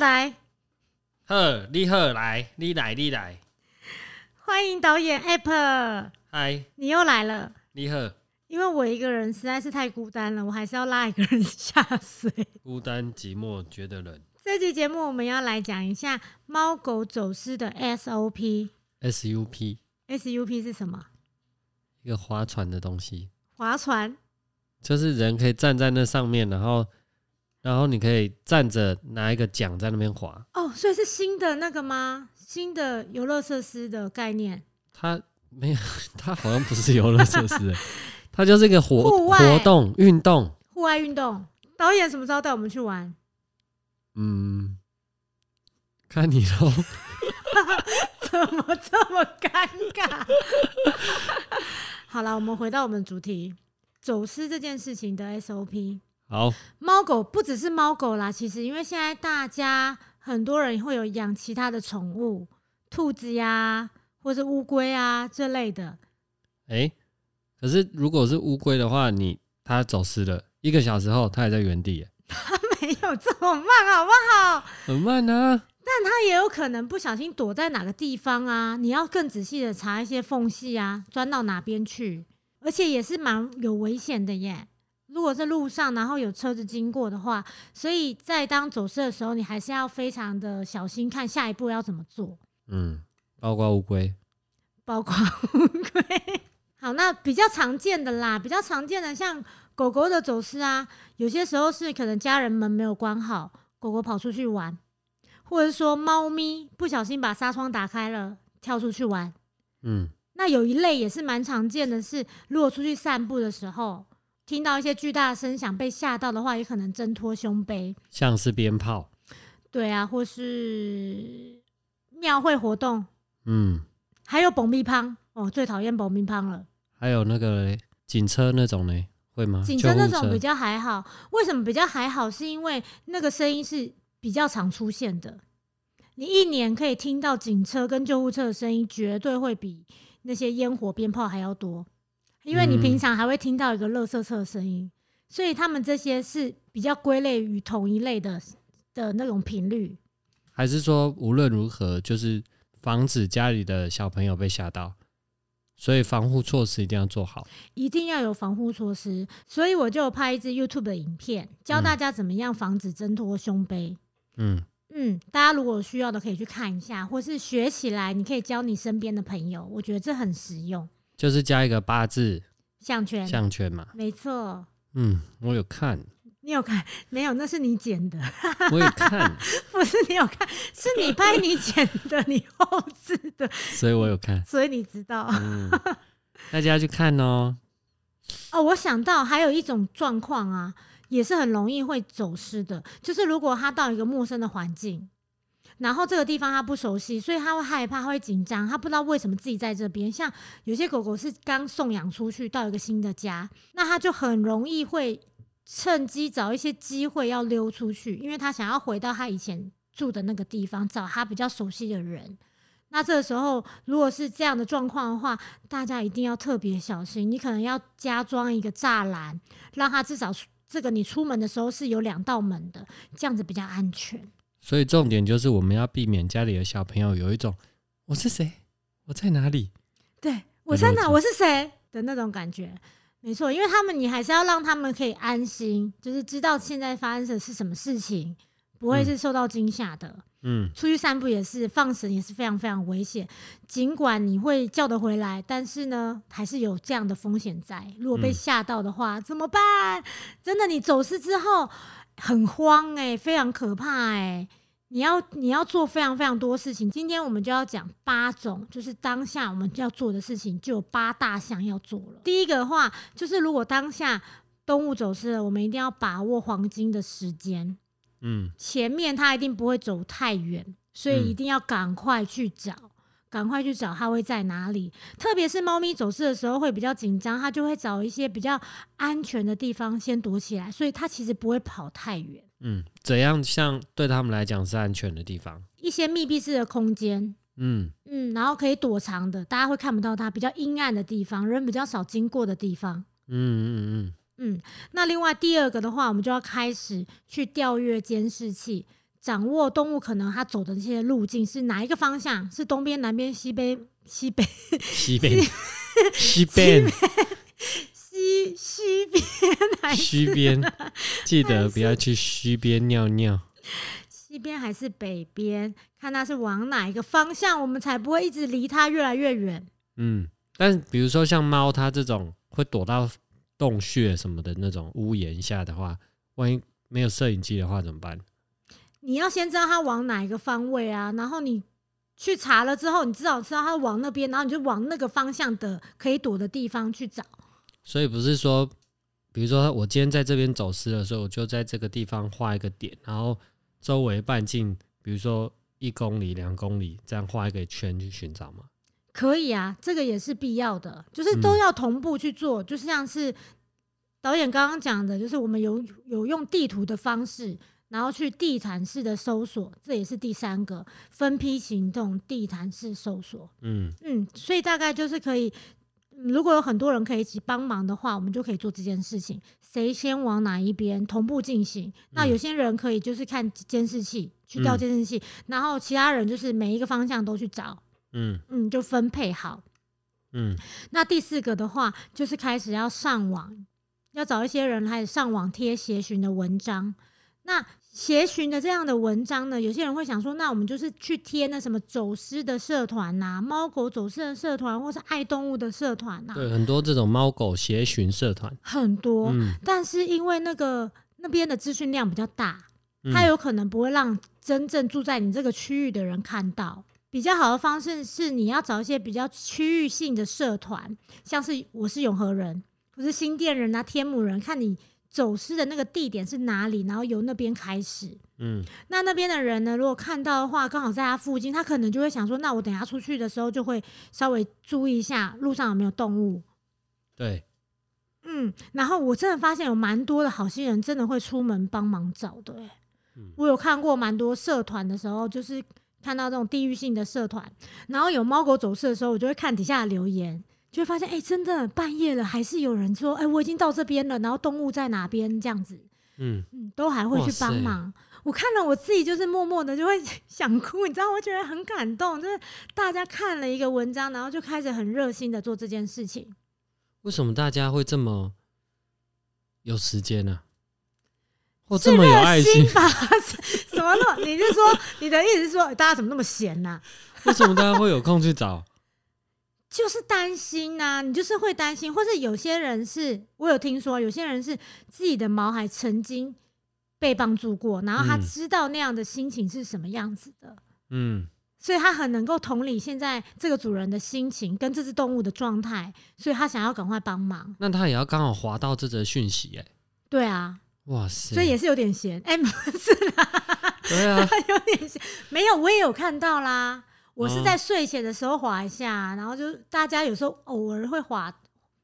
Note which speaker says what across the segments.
Speaker 1: 来，
Speaker 2: 好，你好，来，你来，你来，
Speaker 1: 欢迎导演 App，
Speaker 2: 嗨，
Speaker 1: 你又来了。
Speaker 2: 你好，
Speaker 1: 因为我一个人实在是太孤单了，我还是要拉一个人下水。
Speaker 2: 孤单寂寞觉得冷
Speaker 1: 这期节目我们要来讲一下猫狗走失的 SOP。
Speaker 2: ，SUP
Speaker 1: SUP 是什么？
Speaker 2: 一个划船的东西，
Speaker 1: 划船。
Speaker 2: 就是人可以站在那上面，然后，然后你可以站着拿一个桨在那边划，
Speaker 1: 哦，所以是新的那个吗？新的游乐设施的概念，
Speaker 2: 它没有， 它好像不是游乐设 施欸，它就是一个活
Speaker 1: 户外
Speaker 2: 活动运动，
Speaker 1: 户外运动。导演什么时候带我们去玩？
Speaker 2: 嗯，看你喽。
Speaker 1: 怎么这么尴尬？ 好了，我们回到我们的主题，走失这件事情的 SOP。
Speaker 2: 好，
Speaker 1: 猫狗不只是猫狗啦，其实因为现在大家很多人会有养其他的宠物，兔子呀，或者乌龟啊这类的。
Speaker 2: 哎、可是如果是乌龟的话，你它走失了一个小时后，它还在原地欸耶，
Speaker 1: 没有这么慢，好不好？
Speaker 2: 很慢啊。
Speaker 1: 但它也有可能不小心躲在哪个地方啊，你要更仔细的查一些缝隙啊，钻到哪边去，而且也是蛮有危险的耶。如果在路上，然后有车子经过的话，所以在当走失的时候，你还是要非常的小心，看下一步要怎么做。
Speaker 2: 嗯，包括乌龟，
Speaker 1: 包括乌龟。好，那比较常见的啦，比较常见的像狗狗的走失啊，有些时候是可能家人门没有关好，狗狗跑出去玩，或者是说猫咪不小心把纱窗打开了，跳出去玩。
Speaker 2: 嗯，
Speaker 1: 那有一类也是蛮常见的是，如果出去散步的时候听到一些巨大的声响，被吓到的话，也可能挣脱胸背。
Speaker 2: 像是鞭炮，
Speaker 1: 对啊，或是庙会活动，
Speaker 2: 嗯，
Speaker 1: 还有蹦咪乓哦，最讨厌蹦咪乓了。
Speaker 2: 还有那个嘞警车那种呢，会吗？
Speaker 1: 警
Speaker 2: 救
Speaker 1: 车那
Speaker 2: 护
Speaker 1: 种比较还好，为什么比较还好？是因为那个声音是比较常出现的，你一年可以听到警车跟救护车的声音，绝对会比那些烟火鞭炮还要多，因为你
Speaker 2: 嗯
Speaker 1: 平常还会听到一个垃圾车的声音，所以他们这些是比较归类于同一类的的那种频率。
Speaker 2: 还是说无论如何，就是防止家里的小朋友被吓到，所以防护措施一定要做好。
Speaker 1: 一定要有防护措施，所以我就有拍一支 YouTube 的影片，教
Speaker 2: 嗯
Speaker 1: 大家怎么样防止挣脱胸背。
Speaker 2: 嗯，
Speaker 1: 嗯，大家如果有需要的可以去看一下，或是学起来，你可以教你身边的朋友，我觉得这很实用。
Speaker 2: 就是加一个八字
Speaker 1: 项圈，
Speaker 2: 项圈嘛。
Speaker 1: 没错，
Speaker 2: 嗯，我有看，
Speaker 1: 你有看没有？那是你剪的，
Speaker 2: 我有 看，
Speaker 1: 不是你有看，是你拍你剪的，你后置的，
Speaker 2: 所以我有看。
Speaker 1: 所以你知道。
Speaker 2: 嗯，大家去看哦。
Speaker 1: 哦，我想到还有一种状况啊，也是很容易会走失的，就是如果他到一个陌生的环境，然后这个地方他不熟悉，所以他会害怕，他会紧张，他不知道为什么自己在这边。像有些狗狗是刚送养出去到一个新的家，那它就很容易会趁机找一些机会要溜出去，因为它想要回到它以前住的那个地方，找它比较熟悉的人。那这个时候，如果是这样的状况的话，大家一定要特别小心。你可能要加装一个栅栏，让它至少出这个你出门的时候是有两道门的，这样子比较安全。
Speaker 2: 所以重点就是我们要避免家里的小朋友有一种“我是谁，我在哪里
Speaker 1: 对我在
Speaker 2: 没
Speaker 1: 哪，
Speaker 2: 错
Speaker 1: 我是谁的那种感觉。没错，因为他们你还是要让他们可以安心，就是知道现在发生的是什么事情，不会是受到惊吓的。”。
Speaker 2: 嗯，
Speaker 1: 出去散步也是，放绳也是非常非常危险。尽管你会叫得回来，但是呢，还是有这样的风险在。如果被
Speaker 2: 嗯
Speaker 1: 吓到的话，怎么办？真的，你走失之后很慌哎、非常可怕哎、你要你要做非常非常多事情。今天我们就要讲八种，就是当下我们要做的事情，就有八大项要做了。第一个的话，就是如果当下动物走失了，我们一定要把握黄金的时间。
Speaker 2: 嗯，
Speaker 1: 前面它一定不会走太远，所以一定要赶快去找，赶、快去找它会在哪里。特别是猫咪走失的时候会比较紧张，它就会找一些比较安全的地方先躲起来，所以它其实不会跑太远。
Speaker 2: 嗯，怎样像对他们来讲是安全的地方？
Speaker 1: 一些密闭式的空间，
Speaker 2: 嗯，
Speaker 1: 嗯，然后可以躲藏的，大家会看不到它，比较阴暗的地方，人比较少经过的地方。
Speaker 2: 嗯嗯
Speaker 1: 嗯，那另外第二个的话，我们就要开始去调阅监视器，掌握动物可能它走的这些路径是哪一个方向，是东边、南边、 西北、西北、
Speaker 2: 西 边，西边，
Speaker 1: 西西边还是
Speaker 2: 西边，记得不要去西边尿尿。
Speaker 1: 西边还是北边？看它是往哪一个方向，我们才不会一直离它越来越远。
Speaker 2: 嗯，但比如说像猫，它这种会躲到洞穴什么的那种屋檐下的话，万一没有摄影机的话怎么办？
Speaker 1: 你要先知道它往哪一个方位啊，然后你去查了之后，你至少知道它往那边，然后你就往那个方向的可以躲的地方去找。
Speaker 2: 所以不是说，比如说我今天在这边走失的时候，我就在这个地方画一个点，然后周围半径，比如说一公里、两公里，这样画一个圈去寻找嘛。
Speaker 1: 可以啊，这个也是必要的，就是都
Speaker 2: 嗯
Speaker 1: 要同步去做，就是像是导演刚刚讲的，就是我们有有用地图的方式，然后去地毯式的搜索，这也是第三个分批行动地毯式搜索。
Speaker 2: 嗯，
Speaker 1: 嗯，所以大概就是可以，嗯如果有很多人可以一起帮忙的话，我们就可以做这件事情。谁先往哪一边同步进行？那有些人可以就是看监视器，去调
Speaker 2: 嗯
Speaker 1: 监视器，然后其他人就是每一个方向都去找，
Speaker 2: 嗯
Speaker 1: 嗯，就分配好。
Speaker 2: 嗯
Speaker 1: 那第四个的话，就是开始要上网，要找一些人开始上网贴协寻的文章。那协寻的这样的文章呢，有些人会想说，那我们就是去贴那什么走失的社团呐、猫狗走失的社团，或是爱动物的社团呐、
Speaker 2: 对，很多这种猫狗协寻社团，
Speaker 1: 很多。
Speaker 2: 嗯，
Speaker 1: 但是因为那个那边的资讯量比较大，
Speaker 2: 嗯
Speaker 1: 它有可能不会让真正住在你这个区域的人看到。比较好的方式是，你要找一些比较区域性的社团，像是我是永和人，我是新店人啊、天母人，看你走失的那个地点是哪里，然后由那边开始。
Speaker 2: 嗯
Speaker 1: 那那边的人呢，如果看到的话，刚好在他附近，他可能就会想说，那我等一下出去的时候就会稍微注意一下路上有没有动物。
Speaker 2: 对，
Speaker 1: 嗯，然后我真的发现有蛮多的好心人真的会出门帮忙找的、欸。
Speaker 2: 嗯
Speaker 1: 我有看过蛮多社团的时候，就是看到这种地域性的社团，然后有猫狗走失的时候，我就会看底下的留言，就会发现，哎、真的半夜了，还是有人说，哎、我已经到这边了，然后动物在哪边这样子，
Speaker 2: 嗯，
Speaker 1: 嗯，都还会
Speaker 2: 哇
Speaker 1: 去帮
Speaker 2: 塞
Speaker 1: 忙。我看了我自己就是默默的就会 想哭，你知道，我觉得很感动，就是大家看了一个文章，然后就开始很热心的做这件事情。
Speaker 2: 为什么大家会这么有时间呢、或
Speaker 1: 是
Speaker 2: 这么 有
Speaker 1: 热
Speaker 2: 爱心？
Speaker 1: 吧？什么那么？你是说你的意思是说大家怎么那么闲啊呐、
Speaker 2: 为什么大家会有空去找？
Speaker 1: 就是担心呐、你就是会担心，或是有些人是我有听说，有些人是自己的毛孩曾经被帮助过，然后他
Speaker 2: 嗯
Speaker 1: 知道那样的心情是什么样子的，
Speaker 2: 嗯，
Speaker 1: 所以他很能够同理现在这个主人的心情跟这只动物的状态，所以他想要赶快帮忙。
Speaker 2: 那他也要刚好滑到这则讯息、哎，
Speaker 1: 对啊，
Speaker 2: 哇塞！
Speaker 1: 所以也是有点闲，哎、不是啦，
Speaker 2: 对啊，
Speaker 1: 有点像，没有，我也有看到啦。我是
Speaker 2: 哦
Speaker 1: 在睡前的时候滑一下，然后就大家有时候偶尔会滑，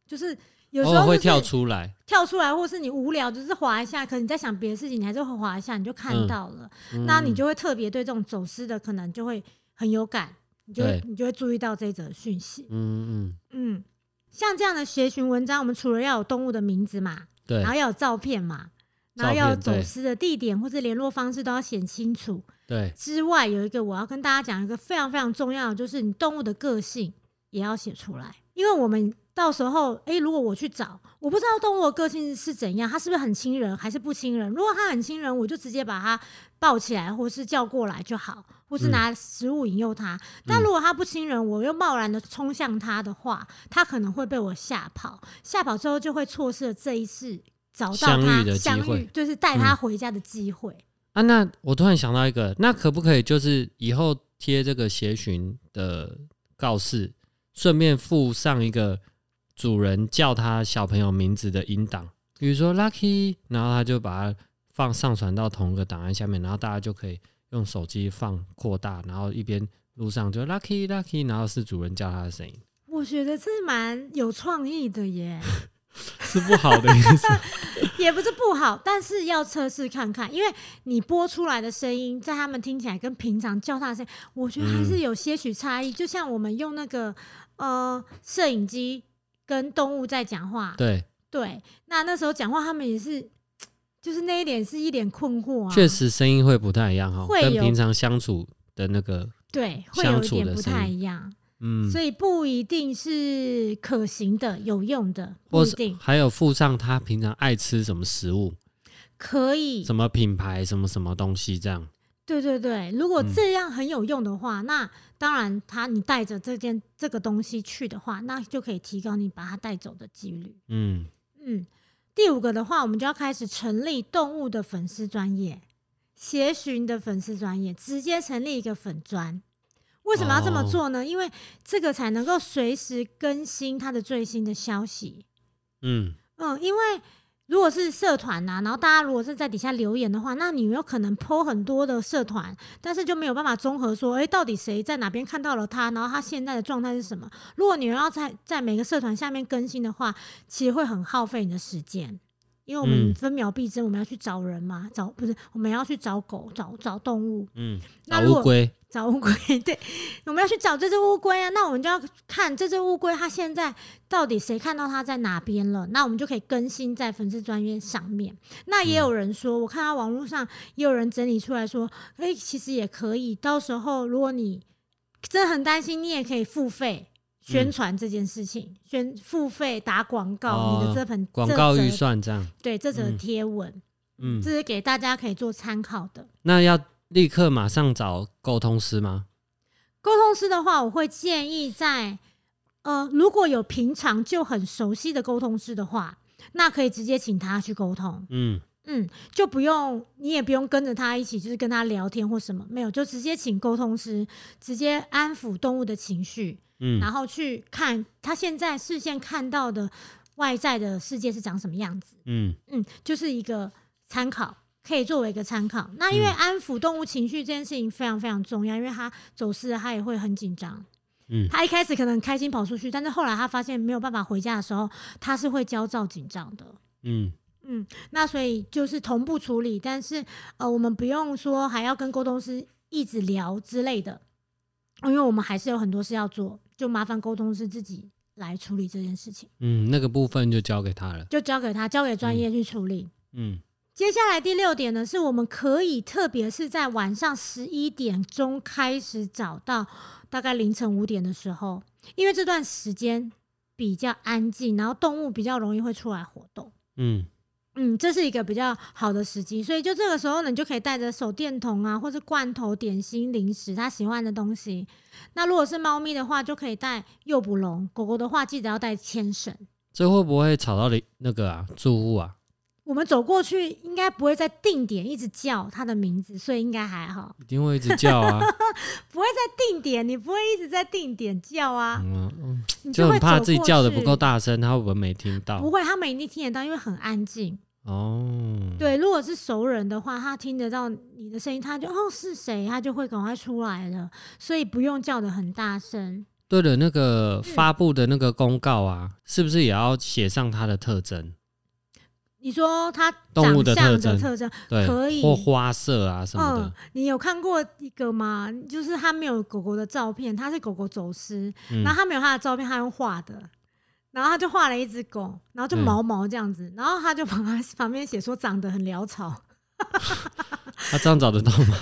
Speaker 1: 就是有时
Speaker 2: 偶
Speaker 1: 候、就
Speaker 2: 尔
Speaker 1: 是、
Speaker 2: 会跳出来。
Speaker 1: 跳出来，或是你无聊就是滑一下，可能你在想别的事情，你还是会滑一下，你就看
Speaker 2: 嗯
Speaker 1: 到了，
Speaker 2: 嗯
Speaker 1: 那你就会特别对这种走失的可能就会很有感，你就会
Speaker 2: 对
Speaker 1: 你就会注意到这则讯息。
Speaker 2: 嗯嗯，
Speaker 1: 嗯，像这样的学询文章，我们除了要有动物的名字嘛，
Speaker 2: 对
Speaker 1: 然后要有照片嘛，然后
Speaker 2: 照
Speaker 1: 要有
Speaker 2: 片
Speaker 1: 走
Speaker 2: 对
Speaker 1: 失的地点或是联络方式都要写清楚。
Speaker 2: 对，
Speaker 1: 之外，有一个我要跟大家讲一个非常非常重要的，就是你动物的个性也要写出来，因为我们到时候，诶、如果我去找，我不知道动物的个性是怎样，它是不是很亲人，还是不亲人？如果它很亲人，我就直接把它抱起来，或是叫过来就好，或
Speaker 2: 嗯
Speaker 1: 是拿食物引诱它。但如果它不亲人，我又贸然的冲向它的话，它可能会被我吓跑，吓跑之后就会错失了这一次找到
Speaker 2: 相
Speaker 1: 它
Speaker 2: 遇的机
Speaker 1: 相
Speaker 2: 会
Speaker 1: 遇，就是带它
Speaker 2: 嗯
Speaker 1: 回家的机会。
Speaker 2: 啊，那我突然想到一个，那可不可以就是以后贴这个协寻的告示，顺便附上一个主人叫他小朋友名字的音档，比如说 Lucky，然后他就把它放上传到同一个档案下面，然后大家就可以用手机放扩大，然后一边路上就 Lucky Lucky，然后是主人叫他的声音，
Speaker 1: 我觉得这蛮有创意的耶，
Speaker 2: 是不好的意思。
Speaker 1: 也不是不好，但是要测试看看，因为你播出来的声音，在他们听起来跟平常叫他的声音，我觉得还
Speaker 2: 嗯
Speaker 1: 是有些许差异。就像我们用那个呃摄影机跟动物在讲话，
Speaker 2: 对，
Speaker 1: 对，那那时候讲话他们也是。就是那一脸是一脸困惑啊，
Speaker 2: 确实声音会不太一样哈，
Speaker 1: 会
Speaker 2: 跟
Speaker 1: 有
Speaker 2: 平常相处的那个，
Speaker 1: 对，会
Speaker 2: 相
Speaker 1: 有一
Speaker 2: 处
Speaker 1: 点
Speaker 2: 的
Speaker 1: 不
Speaker 2: 声
Speaker 1: 太
Speaker 2: 音
Speaker 1: 一样，
Speaker 2: 嗯，
Speaker 1: 所以不一定是可行的、有用的，不
Speaker 2: 或
Speaker 1: 一
Speaker 2: 是
Speaker 1: 定
Speaker 2: 还有附上他平常爱吃什么食物、
Speaker 1: 可以。
Speaker 2: 什么品牌、什么什么东西这样。
Speaker 1: 对对对，如果
Speaker 2: 嗯
Speaker 1: 这样很有用的话，那当然他你带着这件这个东西去的话，那就可以提高你把它带走的几率。
Speaker 2: 嗯，
Speaker 1: 嗯，第五个的话，我们就要开始成立动物的粉丝专业，协寻的粉丝专业，直接成立一个粉专。为什么要这么
Speaker 2: 哦
Speaker 1: 做呢？因为这个才能够随时更新它的最新的消息。
Speaker 2: 嗯，
Speaker 1: 嗯，因为如果是社团呐、然后大家如果是在底下留言的话，那你有可能 PO 很多的社团，但是就没有办法综合说，诶，到底谁在哪边看到了他，然后他现在的状态是什么？如果你要在在每个社团下面更新的话，其实会很耗费你的时间。因为我们
Speaker 2: 嗯
Speaker 1: 分秒必争，我们要去找人嘛，找不是我们要去找狗，找找动物，
Speaker 2: 嗯，
Speaker 1: 那
Speaker 2: 老
Speaker 1: 如果
Speaker 2: 乌龟，
Speaker 1: 找乌龟， 对，我们要去找这只乌龟啊。那我们就要看这只乌龟，它现在到底谁看到它在哪边了？那我们就可以更新在粉丝专页上面。那也有人说，我看到网络上也有人整理出来说，哎、其实也可以。到时候如果你真的很担心，你也可以付
Speaker 2: 嗯
Speaker 1: 费宣传这件事情，宣付费打广告，你
Speaker 2: 哦
Speaker 1: 的这盆
Speaker 2: 广告预
Speaker 1: 这则
Speaker 2: 算这样。
Speaker 1: 对这则
Speaker 2: 嗯
Speaker 1: 贴文，
Speaker 2: 嗯
Speaker 1: 这，是给大家可以做参考的。
Speaker 2: 那要立刻马上找沟通师吗？
Speaker 1: 沟通师的话，我会建议在呃，如果有平常就很熟悉的沟通师的话，那可以直接请他去沟通，
Speaker 2: 嗯，
Speaker 1: 嗯，就不用你也不用跟着他一起，就是跟他聊天或什么，没有，就直接请沟通师直接安抚动物的情绪，
Speaker 2: 嗯，
Speaker 1: 然后去看他现在视线看到的外在的世界是长什么样子。
Speaker 2: 嗯，
Speaker 1: 嗯，就是一个参考，可以作为一个参考。那因为
Speaker 2: 嗯
Speaker 1: 安抚动物情绪这件事情非常非常重要，因为它走失了，它也会很紧张。
Speaker 2: 嗯
Speaker 1: 它一开始可能很开心跑出去，但是后来它发现没有办法回家的时候，它是会焦躁紧张的。
Speaker 2: 嗯，
Speaker 1: 嗯，那所以就是同步处理，但是呃，我们不用说还要跟沟通师一直聊之类的，因为我们还是有很多事要做，就麻烦沟通师自己来处理这件事情，
Speaker 2: 嗯，那个部分就交给他了。
Speaker 1: 就交给他，交给专业去处理。
Speaker 2: 嗯
Speaker 1: 接下来第六点呢，是我们可以特别是在晚上十一点钟开始找到，大概凌晨五点的时候，因为这段时间比较安静，然后动物比较容易会出来活动。
Speaker 2: 嗯
Speaker 1: 嗯，这是一个比较好的时机，所以就这个时候呢，你就可以带着手电筒啊，或是罐头、点心、零食，它喜欢的东西。那如果是猫咪的话，就可以带诱捕笼；狗狗的话，记得要带牵绳。
Speaker 2: 这会不会吵到你那个啊住户啊？
Speaker 1: 我们走过去应该不会在定点一直叫它的名字，所以应该还好。
Speaker 2: 一定会一直叫 啊，
Speaker 1: 不会在定点，你不会一直在定点叫啊，
Speaker 2: 嗯，嗯
Speaker 1: 你
Speaker 2: 就
Speaker 1: 会
Speaker 2: 很怕
Speaker 1: 走
Speaker 2: 自己
Speaker 1: 过
Speaker 2: 叫的不
Speaker 1: 去
Speaker 2: 够。大哦声，他会不会没听到
Speaker 1: 不？会，他们一定听得到，因为很安静。
Speaker 2: 嗯哦，，
Speaker 1: 对，如果是熟人的话，他听得到你的声音，他就哦是谁，他就会赶快出来了，所以不用叫的很大声。
Speaker 2: 对了，那
Speaker 1: 嗯
Speaker 2: 个发布的那个公告啊，是不是也要写上它的特征？
Speaker 1: 你说他
Speaker 2: 动物的
Speaker 1: 长相
Speaker 2: 特征
Speaker 1: 特征，
Speaker 2: 对，
Speaker 1: 可以
Speaker 2: 或花色啊什么
Speaker 1: 嗯
Speaker 2: 的，，
Speaker 1: 你有看过一个吗？就是他没有狗狗的照片，他是狗狗走失，
Speaker 2: 嗯
Speaker 1: 然后他没有他的照片，他用画的，然后他就画了一只狗，然后就
Speaker 2: 嗯
Speaker 1: 毛毛这样子，然后他就旁旁边写说长得很潦草，
Speaker 2: 他啊这样找得到 吗？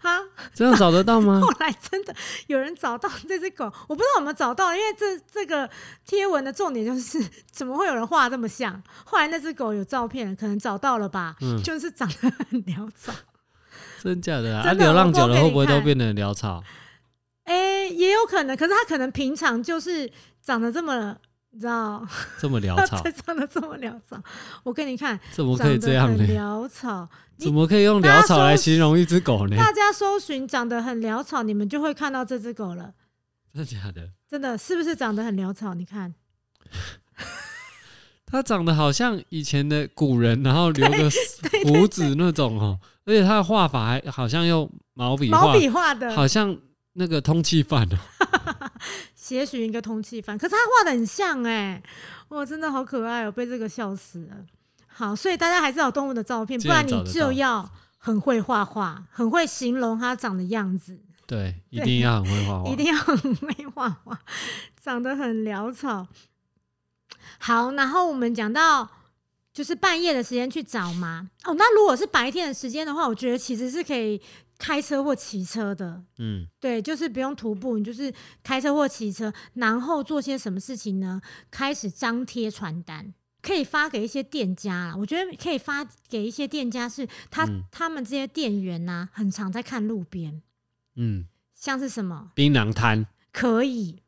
Speaker 1: 哈，
Speaker 2: 这样找得到吗？
Speaker 1: 后来真的有人找到这只狗，我不知道有没有找到，因为这这个贴文的重点就是 怎么会有人画这么像？后来那只狗有照片，可能找到了吧，
Speaker 2: 嗯
Speaker 1: 就是长得很潦草。
Speaker 2: 真假的啊？啊
Speaker 1: 真的
Speaker 2: 流浪久
Speaker 1: 我播
Speaker 2: 了
Speaker 1: 给
Speaker 2: 会
Speaker 1: 你
Speaker 2: 不会都
Speaker 1: 看
Speaker 2: 变得潦草？
Speaker 1: 哎、也有可能，可是它可能平常就是长得这么，你知道，
Speaker 2: 这么潦草
Speaker 1: 它，长得这么潦草。我给你看，
Speaker 2: 怎么可以这样
Speaker 1: 长得很
Speaker 2: 呢？
Speaker 1: 潦草。你
Speaker 2: 怎么可以用
Speaker 1: 大家
Speaker 2: 潦草
Speaker 1: 搜
Speaker 2: 来形容一只狗呢？
Speaker 1: 大家搜寻长得很潦草，你们就会看到这只狗了。
Speaker 2: 真的假的？
Speaker 1: 真的是不是长得很潦草？你看，
Speaker 2: 它长得好像以前的古人，然后 留个胡子那种哦，而且它的画法还好像用毛笔
Speaker 1: 毛
Speaker 2: 画，
Speaker 1: 笔画的，
Speaker 2: 好像那个通缉犯哦。
Speaker 1: 协寻一个通气犯，可是他画的很像哎、哇，真的好可爱哦、被这个笑死了。好，所以大家还是要有动物的照片，不
Speaker 2: 这样
Speaker 1: 然
Speaker 2: 找
Speaker 1: 你
Speaker 2: 得
Speaker 1: 就
Speaker 2: 到
Speaker 1: 要很会画画，很会形容它长的样子，
Speaker 2: 对，一
Speaker 1: 对
Speaker 2: 定要很会画画
Speaker 1: 一。定要 很会画画，长得很潦草。好，然后我们讲到就是半夜的时间去找吗？哦，那如果是白天的时间的话，我觉得其实是可以开车或骑车的。
Speaker 2: 嗯，
Speaker 1: 对，就是不用徒步，你就是开车或骑车，然后做些什么事情呢？开始张贴传单，可以发给一些店家啊。我觉得可以发给一些店家是，他、
Speaker 2: 嗯
Speaker 1: 他们这些店员呐、很常在看路边，
Speaker 2: 嗯，
Speaker 1: 像是什么
Speaker 2: 槟榔摊，
Speaker 1: 可以，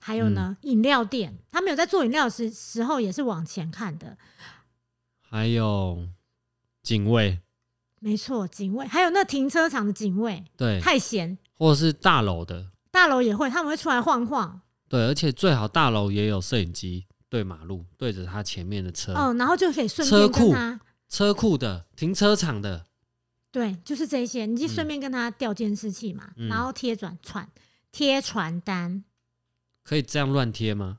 Speaker 1: 还有呢，
Speaker 2: 嗯
Speaker 1: 饮、料店，他们有在做饮料的时时候也是往前看的，
Speaker 2: 还有警卫，
Speaker 1: 没错，警卫，还有那停车场的警卫
Speaker 2: 对，
Speaker 1: 太闲，
Speaker 2: 或是大楼的，
Speaker 1: 大楼也会，他们会出来晃晃，
Speaker 2: 对，而且最好大楼也有摄影机对马路，对着他前面的车，
Speaker 1: 嗯，然后就可以顺
Speaker 2: 车
Speaker 1: 便
Speaker 2: 库
Speaker 1: 跟他。
Speaker 2: 车库的、停车场的，
Speaker 1: 对，就是这一些，你就顺便跟他调监视器嘛，
Speaker 2: 嗯
Speaker 1: 然后贴转传贴传单，
Speaker 2: 可以这样乱贴吗？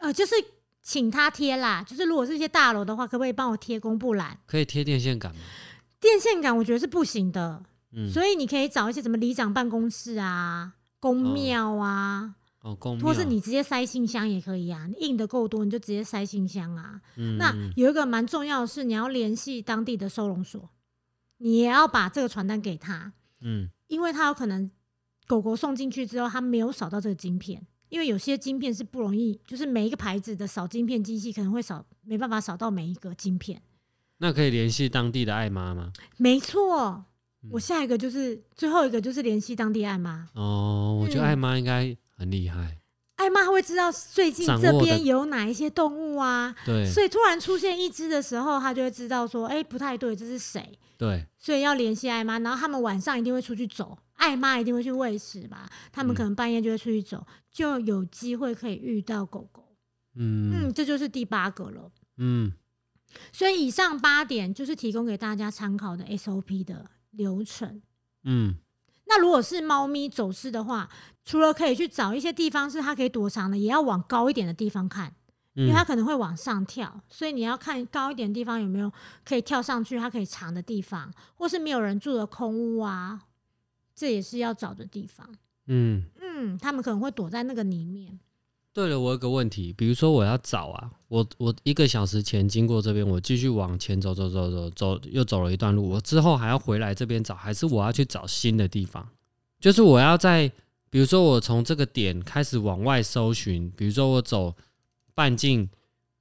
Speaker 1: 呃，就是请他贴啦。就是如果是一些大楼的话，可不可以帮我贴公布栏？
Speaker 2: 可以贴电线杆吗？
Speaker 1: 电线杆我觉得是不行的，
Speaker 2: 嗯，
Speaker 1: 所以你可以找一些什么里长办公室啊、公庙啊，
Speaker 2: 哦，公
Speaker 1: 或是
Speaker 2: 庙
Speaker 1: 你直接塞信箱也可以啊。你印的够多，你就直接塞信箱啊。
Speaker 2: 嗯
Speaker 1: 那
Speaker 2: 嗯
Speaker 1: 有一个蛮重要的是，你要联系当地的收容所，你也要把这个传单给他。
Speaker 2: 嗯
Speaker 1: 因为它有可能狗狗送进去之后，它没有扫到这个晶片，因为有些晶片是不容易，就是每一个牌子的扫晶片机器可能会扫，没办法扫到每一个晶片。
Speaker 2: 那可以联系当地的爱妈吗？
Speaker 1: 没错
Speaker 2: 嗯，
Speaker 1: 我下一个就是最后一个就是联系当地爱妈，
Speaker 2: 哦，我觉得
Speaker 1: 嗯
Speaker 2: 爱妈应该很厉害，
Speaker 1: 爱妈会知道最近
Speaker 2: 掌握
Speaker 1: 这
Speaker 2: 的
Speaker 1: 边有哪一些动物啊，
Speaker 2: 对
Speaker 1: 所以突然出现一只的时候，它就会知道说，哎、不太对，这是谁？
Speaker 2: 对，
Speaker 1: 所以要联系艾妈，然后他们晚上一定会出去走，艾妈一定会去喂食嘛，他们可能半夜就会出去走，就有机会可以遇到狗狗。嗯，
Speaker 2: 嗯
Speaker 1: 这就是第八个了。
Speaker 2: 嗯
Speaker 1: 所以以上八点就是提供给大家参考的 SOP 的流程。
Speaker 2: 嗯
Speaker 1: 那如果是猫咪走失的话，除了可以去找一些地方是它可以躲藏的，也要往高一点的地方看，因为它
Speaker 2: 嗯，
Speaker 1: 可能会往上跳，所以你要看高一点的地方有没有可以跳上去，它可以藏的地方，或是没有人住的空屋啊，这也是要找的地方。
Speaker 2: 嗯，
Speaker 1: 嗯，他们可能会躲在那个里面。
Speaker 2: 对了，我有个问题，比如说我要找啊，我我一个小时前经过这边，我继续往前走走走走走，又走了一段路，我之后还要回来这边找，还是我要去找新的地方？就是我要在，比如说我从这个点开始往外搜寻，比如说我走半径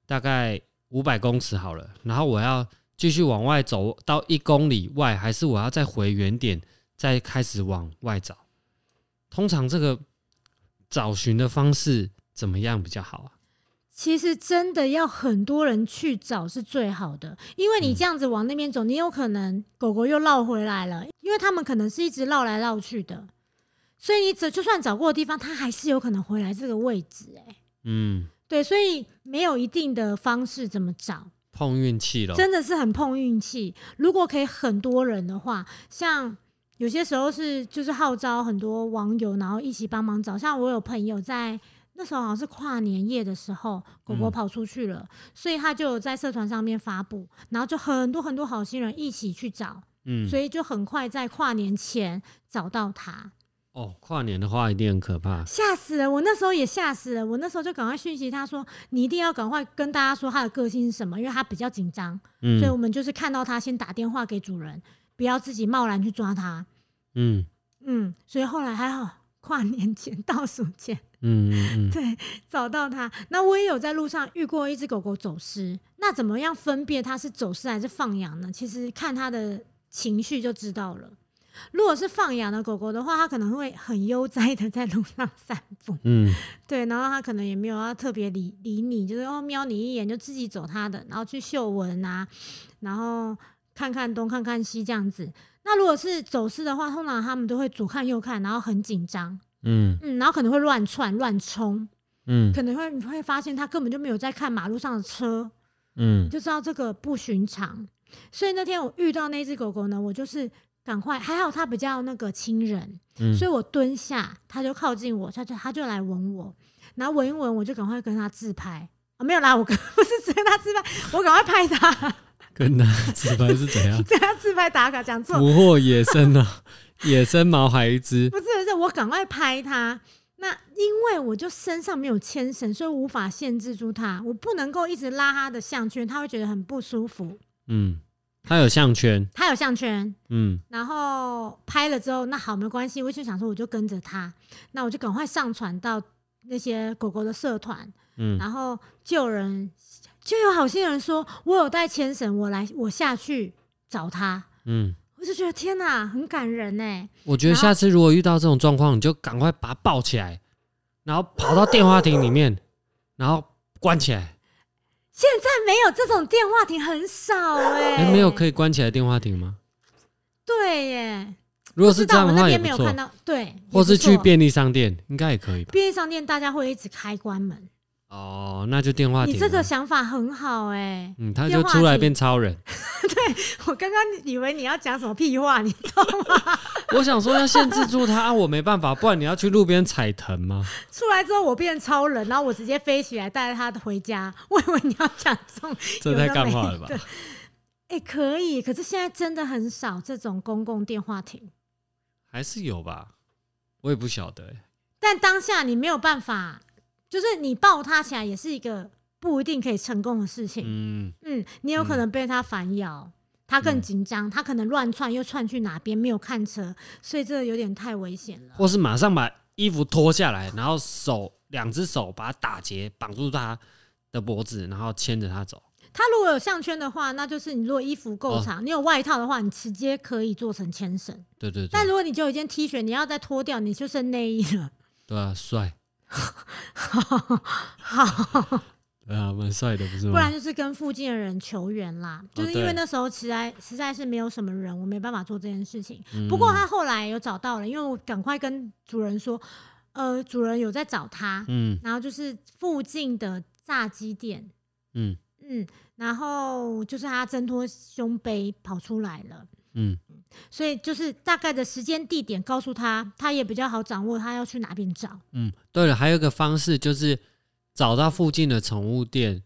Speaker 2: 大概五百公尺好了，然后我要继续往外走到一公里外，还是我要再回原点再开始往外找？通常这个找寻的方式怎么样比较好啊？
Speaker 1: 其实真的要很多人去找是最好的，因为你
Speaker 2: 嗯
Speaker 1: 这样子往那边走，你有可能狗狗又绕回来了，因为他们可能是一直绕来绕去的，所以你只就算找过的地方，它还是有可能回来这个位置、欸。
Speaker 2: 嗯，
Speaker 1: 对，所以没有一定的方式怎么找，
Speaker 2: 碰运气咯。
Speaker 1: 真的是很碰运气。如果可以很多人的话，像有些时候是就是号召很多网友，然后一起帮忙找。像我有朋友在那时候好像是跨年夜的时候，狗狗
Speaker 2: 嗯
Speaker 1: 跑出去了，所以他就有在社团上面发布，然后就很多很多好心人一起去找，
Speaker 2: 嗯，
Speaker 1: 所以就很快在跨年前找到它。
Speaker 2: 哦，跨年的话一定很可怕。
Speaker 1: 吓死了！我那时候也吓死了，我那时候就赶快讯息他说，你一定要赶快跟大家说他的个性是什么，因为他比较紧张。所以我
Speaker 2: 嗯
Speaker 1: 们就是看到它先打电话给主人，不要自己贸然去抓它。
Speaker 2: 嗯
Speaker 1: 嗯，所以后来还好，跨年前倒数前
Speaker 2: 嗯嗯嗯
Speaker 1: 对找到它。那我也有在路上遇过一只狗狗走失，那怎么样分辨它是走失还是放养呢？其实看它的情绪就知道了。如果是放养的狗狗的话，它可能会很悠哉的在路上散步，
Speaker 2: 嗯
Speaker 1: 对，然后它可能也没有要特别理理你，就是哦瞄你一眼就自己走它的，然后去嗅闻啊，然后看看东看看西这样子。那如果是走失的话，通常他们都会左看右看，然后很紧张，
Speaker 2: 嗯
Speaker 1: 嗯，然后可能会乱窜乱冲，
Speaker 2: 嗯
Speaker 1: 可能会你会发现他根本就没有在看马路上的车，你
Speaker 2: 嗯
Speaker 1: 就知道这个不寻常。所以那天我遇到那只狗狗呢，我就是赶快，还好它比较那个亲人，
Speaker 2: 嗯，
Speaker 1: 所以我蹲下，它就靠近我，它就它就来吻我，然后吻一吻，我就赶快跟它自拍。啊、没有啦，我跟 不是跟它自拍，我赶快拍它，
Speaker 2: 跟他自拍是 怎样？
Speaker 1: 跟它自拍打卡，讲错，
Speaker 2: 啊 捕获野生啊，野生毛孩一只。
Speaker 1: 不是不是，我赶快拍它。那因为我就身上没有牵绳，所以无法限制住他，我不能够一直拉他的项圈，他会觉得很不舒服。
Speaker 2: 嗯，它有项圈，
Speaker 1: 他有项圈，
Speaker 2: 嗯
Speaker 1: 然后拍了之后，那好没关系，我就想说我就跟着他，那我就赶快上传到那些狗狗的社团，
Speaker 2: 嗯，
Speaker 1: 然后就有人就有好心人说我有带牵绳，我来我下去找他，
Speaker 2: 嗯，
Speaker 1: 我就觉得天哪，很感人哎、
Speaker 2: 我觉得下次如果遇到这种状况，你就赶快把它抱起来，然后跑到电话亭里面，然后关起来。
Speaker 1: 现在没有这种电话亭很少哎、
Speaker 2: 哎、没有可以关起来的电话亭吗？
Speaker 1: 对耶，
Speaker 2: 如果
Speaker 1: 不
Speaker 2: 是
Speaker 1: 知
Speaker 2: 这
Speaker 1: 道
Speaker 2: 样
Speaker 1: 我
Speaker 2: 的
Speaker 1: 那
Speaker 2: 话也
Speaker 1: 边没有
Speaker 2: 不错
Speaker 1: 看，到，对，
Speaker 2: 或是去
Speaker 1: 也不错
Speaker 2: 便利商店应该也可以吧。
Speaker 1: 便利商店，大家会一直开关门。
Speaker 2: 哦，那就电话亭
Speaker 1: 你
Speaker 2: 啊。
Speaker 1: 这个想法很好哎、
Speaker 2: 嗯，他
Speaker 1: 电
Speaker 2: 就
Speaker 1: 话
Speaker 2: 出来
Speaker 1: 亭
Speaker 2: 变超人。
Speaker 1: 我刚刚以为你要讲什么屁话，你
Speaker 2: 我想说要限制 住他，啊我没办法，不然你要去路边踩藤吗？
Speaker 1: 出来之后我变超人，然后我直接飞起来带着他回家。我以为你要讲这种，
Speaker 2: 这
Speaker 1: 有
Speaker 2: 太
Speaker 1: 的
Speaker 2: 干
Speaker 1: 没
Speaker 2: 话了吧
Speaker 1: 的？哎、可以，可是现在真的很少这种公共电话亭。
Speaker 2: 还是有吧？我也不晓得、欸。
Speaker 1: 但当下你没有办法，就是你抱他起来也是一个不一定可以成功的事情。
Speaker 2: 嗯，
Speaker 1: 嗯你有可能被他反咬，他更紧张，他可能乱窜又窜去哪边没有看车，所以这有点太危险了。
Speaker 2: 或是马上把衣服脱下来，然后手两只手把它打结，绑住他的脖子，然后牵着他走。
Speaker 1: 他如果有项圈的话，那就是你如果衣服够长，你有外套的话，你直接可以做成牵绳。
Speaker 2: 对对
Speaker 1: 但
Speaker 2: 对，
Speaker 1: 如果你就有一件 T 恤，你要再脱掉，你就剩内衣了。
Speaker 2: 对啊，帅，
Speaker 1: 好，
Speaker 2: 对啊，蛮帅的，不是
Speaker 1: 不
Speaker 2: 吗
Speaker 1: 然？就是跟附近的人求援啦。就是因
Speaker 2: 对
Speaker 1: 为那时候实在实在是没有什么人，我没办法做这件事情。
Speaker 2: 嗯
Speaker 1: 不过他后来有找到了，因为我赶快跟主人说，呃，主人有在找他，
Speaker 2: 嗯
Speaker 1: 然后就是附近的炸鸡店，
Speaker 2: 嗯
Speaker 1: 嗯，然后就是他挣脱胸背跑出来了。
Speaker 2: 嗯
Speaker 1: 所以就是大概的时间地点告诉他，他也比较好掌握他要去哪边找。
Speaker 2: 嗯，对了，还有一个方式就是找到附近的宠物店，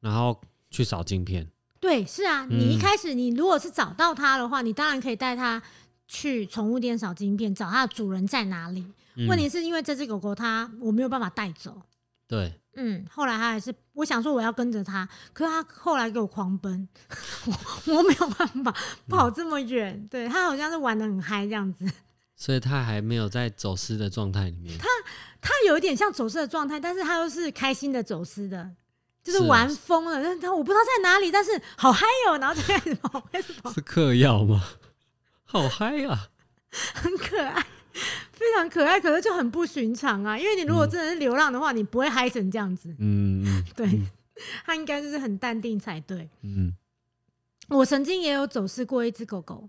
Speaker 2: 然后去扫镜片。
Speaker 1: 对，是啊，
Speaker 2: 嗯
Speaker 1: 你一开始你如果是找到他的话，你当然可以带他去宠物店扫金片，找它的主人在哪里。
Speaker 2: 嗯、
Speaker 1: 问题是因为这只狗狗它我没有办法带走，
Speaker 2: 对，
Speaker 1: 嗯，后来它还是我想说我要跟着它，可是它后来给我狂奔， 我我没有办法
Speaker 2: 嗯
Speaker 1: 跑这么远，对它好像是玩的很嗨这样子。
Speaker 2: 所以他还没有在走失的状态里面。
Speaker 1: 他有一点像走失的状态，但是他又是开心的走失的，就是
Speaker 2: 是啊
Speaker 1: 玩疯了。但他我不知道在哪里，但是好嗨哦，然后就开始跑， 开始跑，
Speaker 2: 是嗑药吗？ 好嗨啊！
Speaker 1: 很可爱，非常可爱。可是就很不寻常啊，因为你如果真的是流浪的话，你不会嗨成这样子。
Speaker 2: 嗯嗯
Speaker 1: 对， 他应该就是很淡定才对。
Speaker 2: 嗯，
Speaker 1: 我曾经也有走失过一只狗狗，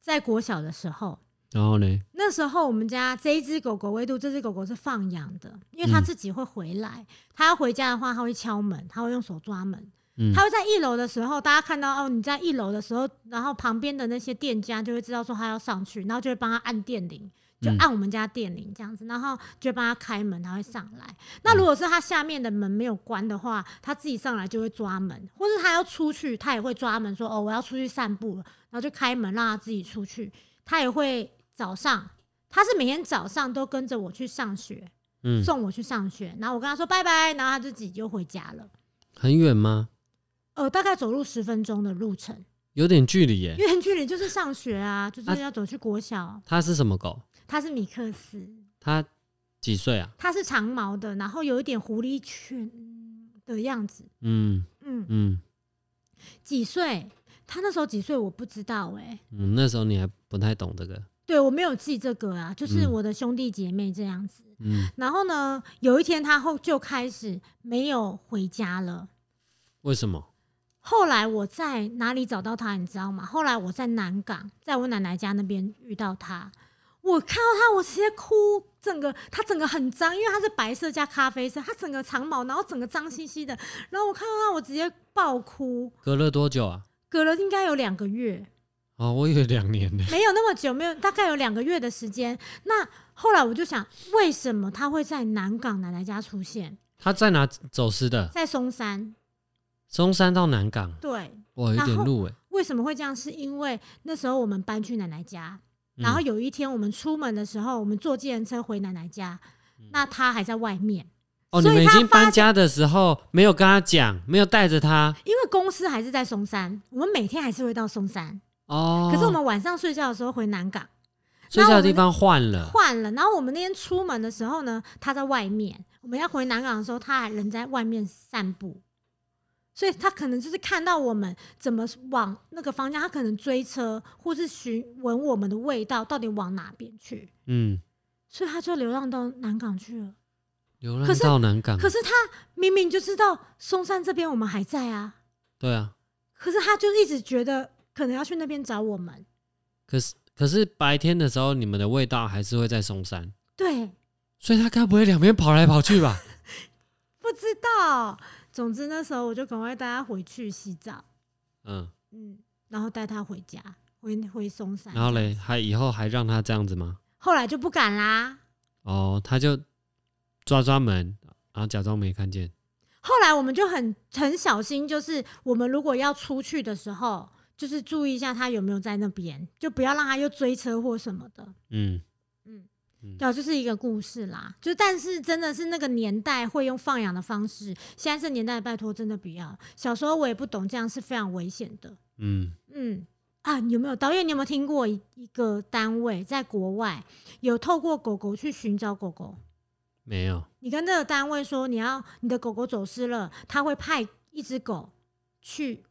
Speaker 1: 在国小的时候，
Speaker 2: 然后呢？
Speaker 1: 那时候我们家这一只狗狗，唯独这只狗狗是放养的，因为它
Speaker 2: 嗯
Speaker 1: 自己会回来。它要回家的话，它会敲门，它会用手抓门。
Speaker 2: 嗯
Speaker 1: 它会在一楼的时候，大家看到哦，你在一楼的时候，然后旁边的那些店家就会知道说它要上去，然后就会帮它按电铃，就
Speaker 2: 嗯
Speaker 1: 按我们家电铃这样子，然后就会帮它开门，它会上来。那如果是它下面的门没有关的话，它自己上来就会抓门，或是它要出去，它也会抓门说哦，我要出去散步了，然后就开门让它自己出去。它也会早上，它是每天早上都跟着我去上学，
Speaker 2: 嗯，
Speaker 1: 送我去上学，然后我跟它说拜拜，然后它自己就回家了。
Speaker 2: 很远吗？
Speaker 1: 呃，大概走路十分钟的路程，
Speaker 2: 有点距离耶。
Speaker 1: 远距离就是上学啊，就是要走去国小。
Speaker 2: 它是什么狗？
Speaker 1: 它是米克斯，
Speaker 2: 它几岁啊？
Speaker 1: 它是长毛的，然后有一点狐狸犬的样子。
Speaker 2: 嗯
Speaker 1: 嗯，
Speaker 2: 嗯
Speaker 1: 几岁？它那时候几岁我不知道哎、
Speaker 2: 嗯，那时候你还不太懂这个。
Speaker 1: 对我没有记这个啊，就是
Speaker 2: 嗯
Speaker 1: 我的兄弟姐妹这样子。
Speaker 2: 嗯，
Speaker 1: 然后呢，有一天它后就开始没有回家了。
Speaker 2: 为什么？
Speaker 1: 后来我在哪里找到他，你知道吗？后来我在南港，在我奶奶家那边遇到他，我看到他，我直接哭，整个他整个很脏，因为他是白色加咖啡色，他整个长毛，然后整个脏兮兮的，然后我看到他，我直接爆哭。
Speaker 2: 隔了多久啊？
Speaker 1: 隔了应该有两个月，
Speaker 2: 哦，我以为两年呢。
Speaker 1: 没有那么久，没有大概有两个月的时间。那后来我就想，为什么他会在南港奶奶家出现？
Speaker 2: 它在哪走失的？
Speaker 1: 在松山，
Speaker 2: 松山到南港，
Speaker 1: 对，
Speaker 2: 哇，有点路哎。
Speaker 1: 为什么会这样？是因为那时候我们搬去奶奶家，然后有一天我们出门的时候，我们坐计程车回奶奶家，那她还在外面，
Speaker 2: 哦，你
Speaker 1: 所以
Speaker 2: 们已
Speaker 1: 他
Speaker 2: 经
Speaker 1: 发
Speaker 2: 搬
Speaker 1: 现
Speaker 2: 家的时候没有跟他讲，没有带着他
Speaker 1: 因为公司还是在松山，我们每天还是会到松山，
Speaker 2: 哦。
Speaker 1: 可是我们晚上睡觉的时候回南港。
Speaker 2: 睡觉
Speaker 1: 那
Speaker 2: 的
Speaker 1: 我
Speaker 2: 地
Speaker 1: 们
Speaker 2: 方换了，
Speaker 1: 换了。然后我们那天出门的时候呢，他在外面，我们要回南港的时候，他还人在外面散步，所以他可能就是看到我们怎么往那个方向，他可能追车或是寻闻我们的味道到底往哪边去，
Speaker 2: 嗯，
Speaker 1: 所以他就流浪到南港去了。
Speaker 2: 流
Speaker 1: 可
Speaker 2: 浪
Speaker 1: 是
Speaker 2: 到南港，
Speaker 1: 可是他明明就知道松山这边我们还在啊，
Speaker 2: 对啊，
Speaker 1: 可是他就一直觉得可能要去那边找我们。
Speaker 2: 可是可是白天的时候，你们的味道还是会在松山，
Speaker 1: 对，
Speaker 2: 所以他该不会两边跑来跑去吧？
Speaker 1: 不知道。总之那时候我就赶快带他回去洗澡。
Speaker 2: 嗯，
Speaker 1: 嗯，然后带他回家，回回松山。
Speaker 2: 然后嘞，，还以后还让他这样子吗？
Speaker 1: 后来就不敢啦。
Speaker 2: 哦，他就抓抓门，然后假装没看见。
Speaker 1: 后来我们就很很小心，就是我们如果要出去的时候，就是注意一下他有没有在那边，就不要让他又追车或什么的。
Speaker 2: 嗯，
Speaker 1: 嗯
Speaker 2: 嗯，
Speaker 1: 对啊，就是一个故事啦。就但是真的是那个年代会用放养的方式，现在这年代拜托真的不要。小时候我也不懂，这样是非常危险的。
Speaker 2: 嗯，
Speaker 1: 嗯啊，你有没有导演？你有没有听过一一个单位在国外有透过狗狗去寻找狗狗？
Speaker 2: 没有，
Speaker 1: 你跟这个单位说你要你的狗狗走失了，他会派一只狗去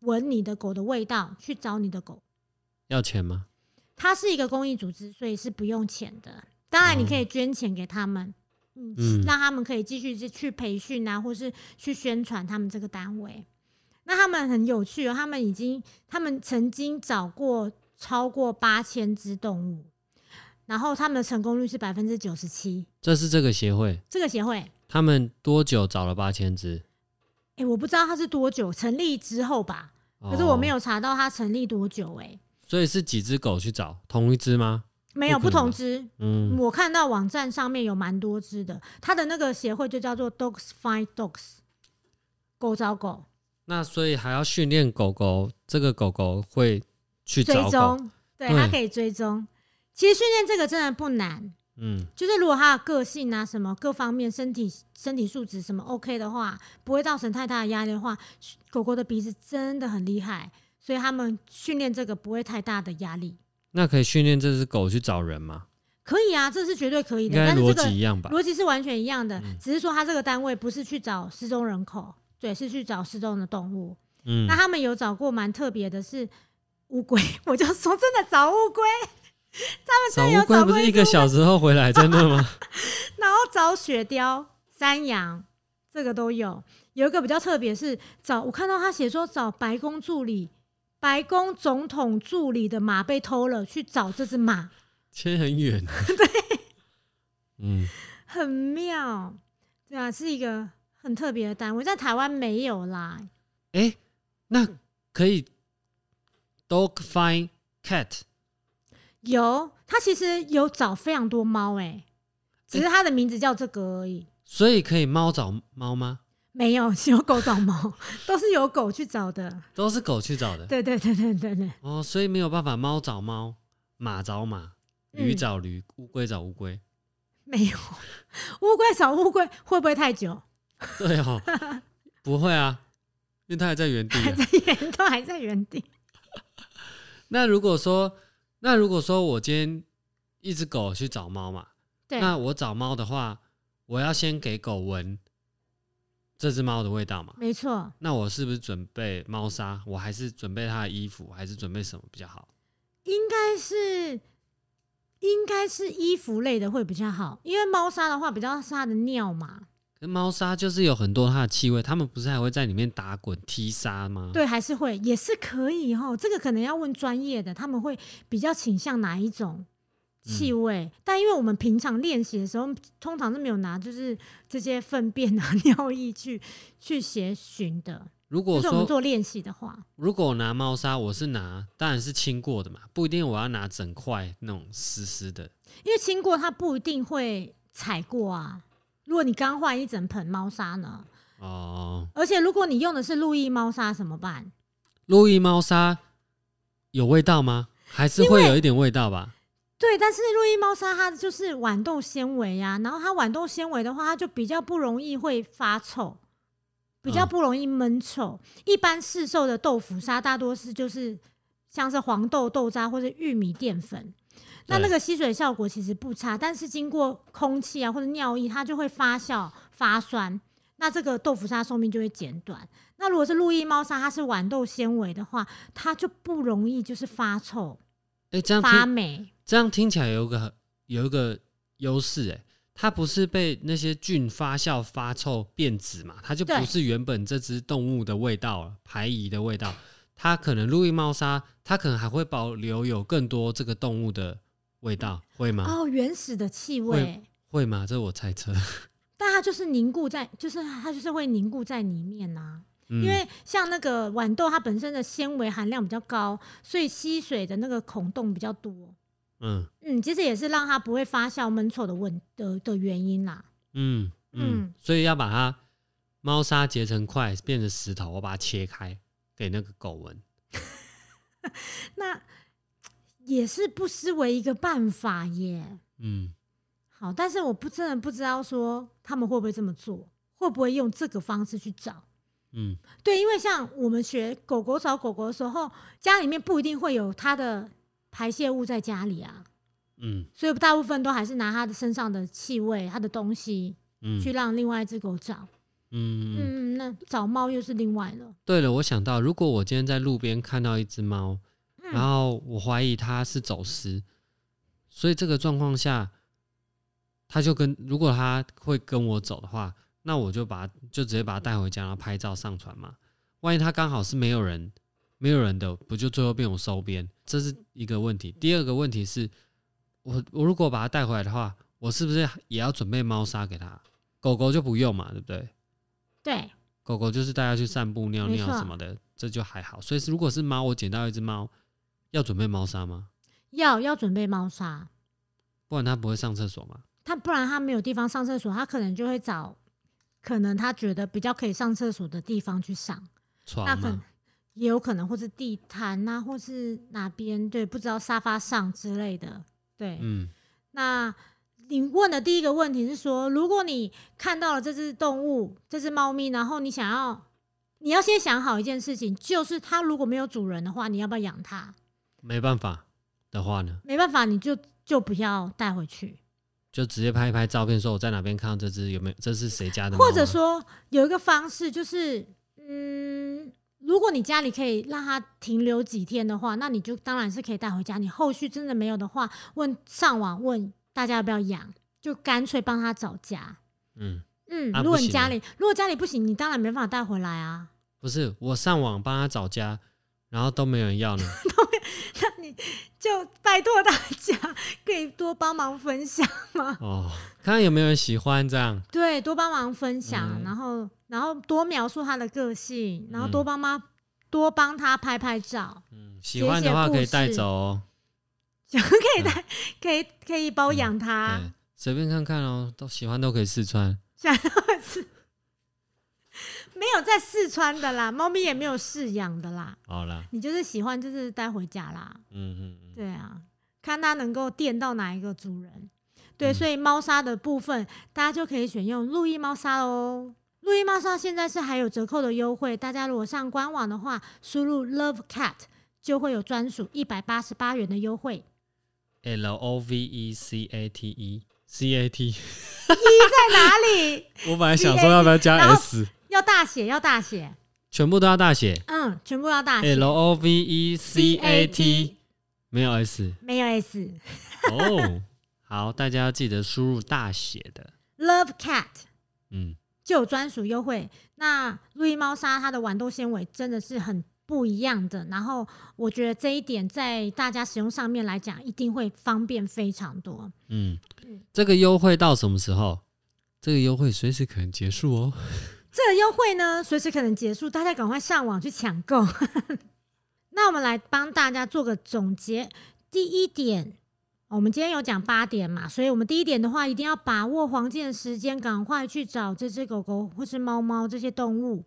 Speaker 1: 闻你的狗的味道，去找你的狗。
Speaker 2: 要钱吗？
Speaker 1: 它是一个公益组织，所以是不用钱的。当然，你可以捐钱给他们，嗯，
Speaker 2: 嗯
Speaker 1: 让他们可以继续去去培训啊，或是去宣传他们这个单位。那他们很有趣哦，他们已经他们曾经找过超过八千只动物，然后他们的成功率是百分之九十七。
Speaker 2: 这是这个协会，
Speaker 1: 这个协会，
Speaker 2: 他们多久找了八千只？
Speaker 1: 诶，我不知道它是多久成立之后吧，可是我
Speaker 2: 哦
Speaker 1: 没有查到它成立多久、诶，
Speaker 2: 所以是几只狗去找同一只吗？
Speaker 1: 没有
Speaker 2: 不
Speaker 1: 不
Speaker 2: 可能
Speaker 1: 同
Speaker 2: 吧
Speaker 1: 只，
Speaker 2: 嗯，
Speaker 1: 我看到网站上面有蛮多只的，它的那个协会就叫做 Dogs Find Dogs，狗找狗
Speaker 2: 那所以还要训练狗狗，这个狗狗会去
Speaker 1: 追
Speaker 2: 找狗，
Speaker 1: 踪，对，
Speaker 2: 对
Speaker 1: 它可以追踪。其实训练这个真的不难，
Speaker 2: 嗯，
Speaker 1: 就是如果它的个性啊什么各方面身体身体素质什么 OK 的话，不会造成太大的压力的话，狗狗的鼻子真的很厉害，所以他们训练这个不会太大的压力。
Speaker 2: 那可以训练这只狗去找人吗？
Speaker 1: 可以啊，这是绝对可以
Speaker 2: 应
Speaker 1: 的，
Speaker 2: 该
Speaker 1: 但是这
Speaker 2: 逻
Speaker 1: 个
Speaker 2: 辑一样吧？嗯
Speaker 1: 逻辑是完全一样的，只是说他这个单位不是去找失踪人口，对，是去找失踪的动物。
Speaker 2: 嗯
Speaker 1: 那，他们有找过蛮特别的是乌龟， 我就说真的找乌龟，
Speaker 2: 找
Speaker 1: 有
Speaker 2: 乌龟
Speaker 1: 找
Speaker 2: 不
Speaker 1: 过
Speaker 2: 是
Speaker 1: 一
Speaker 2: 一个
Speaker 1: 只乌
Speaker 2: 小时后回来真 的吗？
Speaker 1: 然后找雪貂、山羊，这个都有。有一个比较特别是找，我看到他写说找白宫助理、白宫总统助理的马被偷了，去找这只马，
Speaker 2: 牵很 远。对，嗯，
Speaker 1: 很妙，对啊，是一个很特别的单位，在台湾没有啦，
Speaker 2: 哎、那可以 dog find cat，
Speaker 1: 有，它其实有找非常多猫哎、只是它的名字叫这个而已，
Speaker 2: 所以可以猫找猫吗？
Speaker 1: 没有 是有狗找猫， 都是由狗去找的。
Speaker 2: 都是狗去找的
Speaker 1: 对对对对对对，
Speaker 2: 哦，所以没有办法猫找猫，马找马，
Speaker 1: 嗯
Speaker 2: 驴找驴，乌龟找乌龟。
Speaker 1: 没有 乌龟找乌龟会不会太久？
Speaker 2: 对哦， 不会啊，因为它还在原地、
Speaker 1: 还
Speaker 2: 啊。
Speaker 1: 在原都还在原地，
Speaker 2: 那如果说，那如果说我今天一只狗去找猫嘛，
Speaker 1: 对，
Speaker 2: 那我找猫的话，我要先给狗闻这只猫的味道嘛？
Speaker 1: 没错。
Speaker 2: 那我是不是准备猫砂？我还是准备它的衣服，还是准备什么比较好？
Speaker 1: 应该是应该是衣服类的会比较好，因为猫砂的话比较是它的尿嘛，
Speaker 2: 可是猫砂就是有很多它的气味，它们不是还会在里面打滚踢沙吗？，
Speaker 1: 对，还是会也是可以哈。这个可能要问专业的，他们会比较倾向哪一种气味？但因为我们平常练习的时候，通常是没有拿就是这些粪便啊、 尿液去去协寻的。
Speaker 2: 如果
Speaker 1: 就是我们
Speaker 2: 说
Speaker 1: 做练习的话，
Speaker 2: 如果我拿猫砂，我是拿当然是清过的嘛，不一定我要拿整块那种湿湿的。
Speaker 1: 因为经过它不一定会踩过啊。如果你刚换一整盆猫砂呢？
Speaker 2: 哦，
Speaker 1: 而且如果你用的是路易猫砂怎么办？
Speaker 2: 路易猫砂有味道吗？还是
Speaker 1: 因
Speaker 2: 会
Speaker 1: 为
Speaker 2: 有一点味道吧？
Speaker 1: 对，但是路易猫砂它就是豌豆纤维啊，然后它豌豆纤维的话，它就比较不容易会发臭，比较
Speaker 2: 嗯
Speaker 1: 不容易闷臭。一般市售的豆腐砂大多是就是像是黄豆豆渣或者玉米淀粉，那那
Speaker 2: 对
Speaker 1: 个吸水效果其实不差，但是经过空气啊或者尿液，它就会发酵发酸，那这个豆腐砂寿命就会减短。那如果是路易猫砂，它是豌豆纤维的话，它就不容易就是发臭
Speaker 2: 哎、这样
Speaker 1: 发
Speaker 2: 听
Speaker 1: 霉。
Speaker 2: 这样听起来有一个很有一个优势哎，它不是被那些菌发酵发臭变质嘛，它就
Speaker 1: 对
Speaker 2: 不是原本这只动物的味道了，排遗的味道。它可能路易猫砂，它可能还会保留有更多这个动物的味道，会吗？
Speaker 1: 哦，原始的气味，
Speaker 2: 啊会吗？这我猜测。
Speaker 1: 但它就是凝固在，就是它就是会凝固在里面呐、
Speaker 2: 嗯、
Speaker 1: 因为像那个豌豆，它本身的纤维含量比较高，所以吸水的那个孔洞比较多。
Speaker 2: 嗯
Speaker 1: 嗯，其实也是让它不会发酵闷臭的问的的原因啦。
Speaker 2: 嗯嗯
Speaker 1: 嗯，
Speaker 2: 所以要把它猫砂结成块，变成石头，我把它切开给那个狗闻。
Speaker 1: 那也是不失为一个办法耶。
Speaker 2: 嗯，
Speaker 1: 好，但是我不真的不知道说他们会不会这么做，会不会用这个方式去找。
Speaker 2: 嗯，
Speaker 1: 对，因为像我们学狗狗找狗狗的时候，家里面不一定会有它的排泄物在家里啊，
Speaker 2: 嗯，
Speaker 1: 所以大部分都还是拿它的身上的气味、它的东西
Speaker 2: 嗯，
Speaker 1: 去让另外一只狗找。
Speaker 2: 嗯，嗯，
Speaker 1: 嗯，那找猫又是另外了。
Speaker 2: 对了，我想到，如果我今天在路边看到一只猫，然
Speaker 1: 嗯，
Speaker 2: 后我怀疑它是走失，所以这个状况下，它就跟如果它会跟我走的话，那我就把它就直接把它带回家，然后拍照上传嘛。万一它刚好是没有人，没有人的，不就最后被我收编？这是一个问题。第二个问题是，我我如果把它带回来的话，我是不是也要准备猫砂给它？狗狗就不用嘛，对不对？
Speaker 1: 对，
Speaker 2: 狗狗就是带它去散步、尿
Speaker 1: 没
Speaker 2: 尿
Speaker 1: 错
Speaker 2: 什么的，这就还好。所以是如果是猫，我捡到一只猫，要准备猫砂吗？
Speaker 1: 要要准备猫砂，
Speaker 2: 不然它不会上厕所嘛。
Speaker 1: 它不然它没有地方上厕所，它可能就会找可能它觉得比较可以上厕所的地方去上。那
Speaker 2: 床
Speaker 1: 可能
Speaker 2: 嘛，
Speaker 1: 也有可能，或是地毯啊，或是哪边对，不知道沙发上之类的。对，
Speaker 2: 嗯
Speaker 1: 那你问的第一个问题是说，如果你看到了这只动物，这只猫咪，然后你想要，你要先想好一件事情，就是它如果没有主人的话，你要不要养它？
Speaker 2: 没办法的话呢，
Speaker 1: 没办法，你就就不要带回去，
Speaker 2: 就直接拍一拍照片，说我在哪边看到这只，有没有这是谁家的猫啊？
Speaker 1: 或者说有一个方式就是，嗯。如果你家里可以让它停留几天的话，那你就当然是可以带回家。你后续真的没有的话，问上网问大家要不要养，就干脆帮它找家。
Speaker 2: 嗯，
Speaker 1: 嗯，
Speaker 2: 啊
Speaker 1: 如果
Speaker 2: 不
Speaker 1: 你
Speaker 2: 行
Speaker 1: 家
Speaker 2: 吗
Speaker 1: 里如果家里不行，你当然没办法带回来啊。
Speaker 2: 不是我上网帮它找家，然后都没有人要呢。
Speaker 1: 那你就拜托大家可以多帮忙分享，
Speaker 2: 哦，看看有没有人喜欢这样。
Speaker 1: 对，多帮忙分享，
Speaker 2: 嗯
Speaker 1: 然后然后多描述他的个性，然后
Speaker 2: 嗯
Speaker 1: 多帮妈、多帮他拍拍照，
Speaker 2: 嗯，喜欢的话可以带走哦，
Speaker 1: 可以带、可以可以
Speaker 2: 嗯
Speaker 1: 包养他。
Speaker 2: 对，随便看看哦，都喜欢都可以试穿。
Speaker 1: 没有在四川的啦，猫咪也没有饲养的啦，
Speaker 2: 好啦，
Speaker 1: 你就是喜欢就是带回家啦。
Speaker 2: 嗯嗯嗯，
Speaker 1: 对啊，看它能够电到哪一个主人。对，
Speaker 2: 嗯
Speaker 1: 所以猫砂的部分，大家就可以选用路易猫砂哦。路易猫砂现在是还有折扣的优惠，大家如果上官网的话，输入 Love Cat 就会有专属一百八十八元的优惠。
Speaker 2: L O V E C A T E C A T，
Speaker 1: 在哪里？
Speaker 2: 我本来想说要不要加
Speaker 1: 然后
Speaker 2: S，
Speaker 1: 要大写，要大写，
Speaker 2: 全部都要大写
Speaker 1: 嗯，全部要大写。
Speaker 2: L O V E C A T，
Speaker 1: CAT
Speaker 2: 没有 S
Speaker 1: 没有 S。
Speaker 2: 哦。好，大家要记得输入大写的，
Speaker 1: Love Cat
Speaker 2: 嗯，
Speaker 1: 就有专属优惠。那路易猫砂它的豌豆纤维真的是很不一样的，然后我觉得这一点在大家使用上面来讲，一定会方便非常多。
Speaker 2: 嗯
Speaker 1: 嗯，
Speaker 2: 这个优惠到什么时候？这个优惠随时可能结束哦。
Speaker 1: 这个优惠呢，随时可能结束，大家赶快上网去抢购。 那我们来帮大家做个总结。第一点，我们今天有讲八点嘛，所以我们第一点的话，一定要把握黄金的时间，赶快去找这只狗狗或是猫猫这些动物。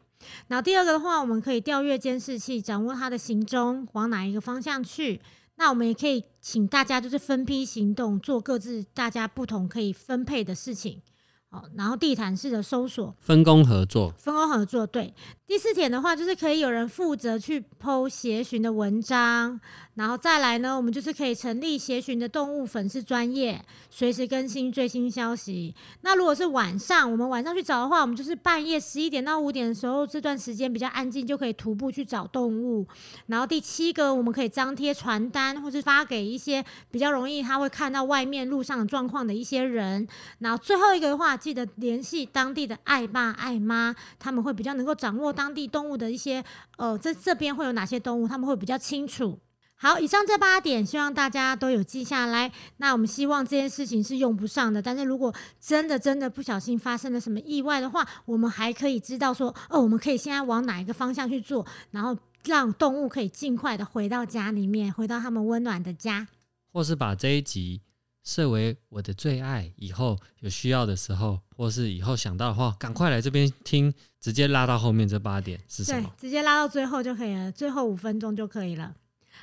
Speaker 1: 然后第二个的话，我们可以调阅监视器，掌握它的行踪，往哪一个方向去。那我们也可以请大家就是分批行动，做各自大家不同可以分配的事情。哦，然后地毯式的搜索，
Speaker 2: 分工合作，
Speaker 1: 分工合作。对，第四点的话，就是可以有人负责去剖协寻的文章，然后再来呢，我们就是可以成立协寻的动物粉丝专业，随时更新最新消息。那如果是晚上，我们晚上去找的话，我们就是半夜十一点到五点的时候，这段时间比较安静，就可以徒步去找动物。然后第七个，我们可以张贴传单，或是发给一些比较容易他会看到外面路上的状况的一些人。然后最后一个的话，记得联系当地的爱爸爱妈，他们会比较能够掌握当地动物的一些呃，这这边会有哪些动物，他们会比较清楚。好，以上这八点，希望大家都有记下来。那我们希望这件事情是用不上的，但是如果真的真的不小心发生了什么意外的话，我们还可以知道说，哦，我们可以现在往哪一个方向去做，然后让动物可以尽快的回到家里面，回到他们温暖的家。
Speaker 2: 或是把这一集设为我的最爱，以后有需要的时候，或是以后想到的话，赶快来这边听，直接拉到后面这八点是什
Speaker 1: 对
Speaker 2: 么？，
Speaker 1: 直接拉到最后就可以了，最后五分钟就可以了。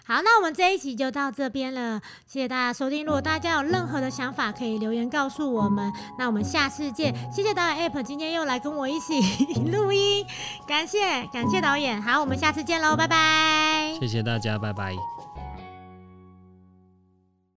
Speaker 1: 好，那我们这一期就到这边了，谢谢大家收听。如果大家有任何的想法，可以留言告诉我们。那我们下次见，谢谢导演 App 今天又来跟我一起 录音，感谢感谢导演。好，我们下次见喽，拜拜。
Speaker 2: 谢谢大家，拜拜。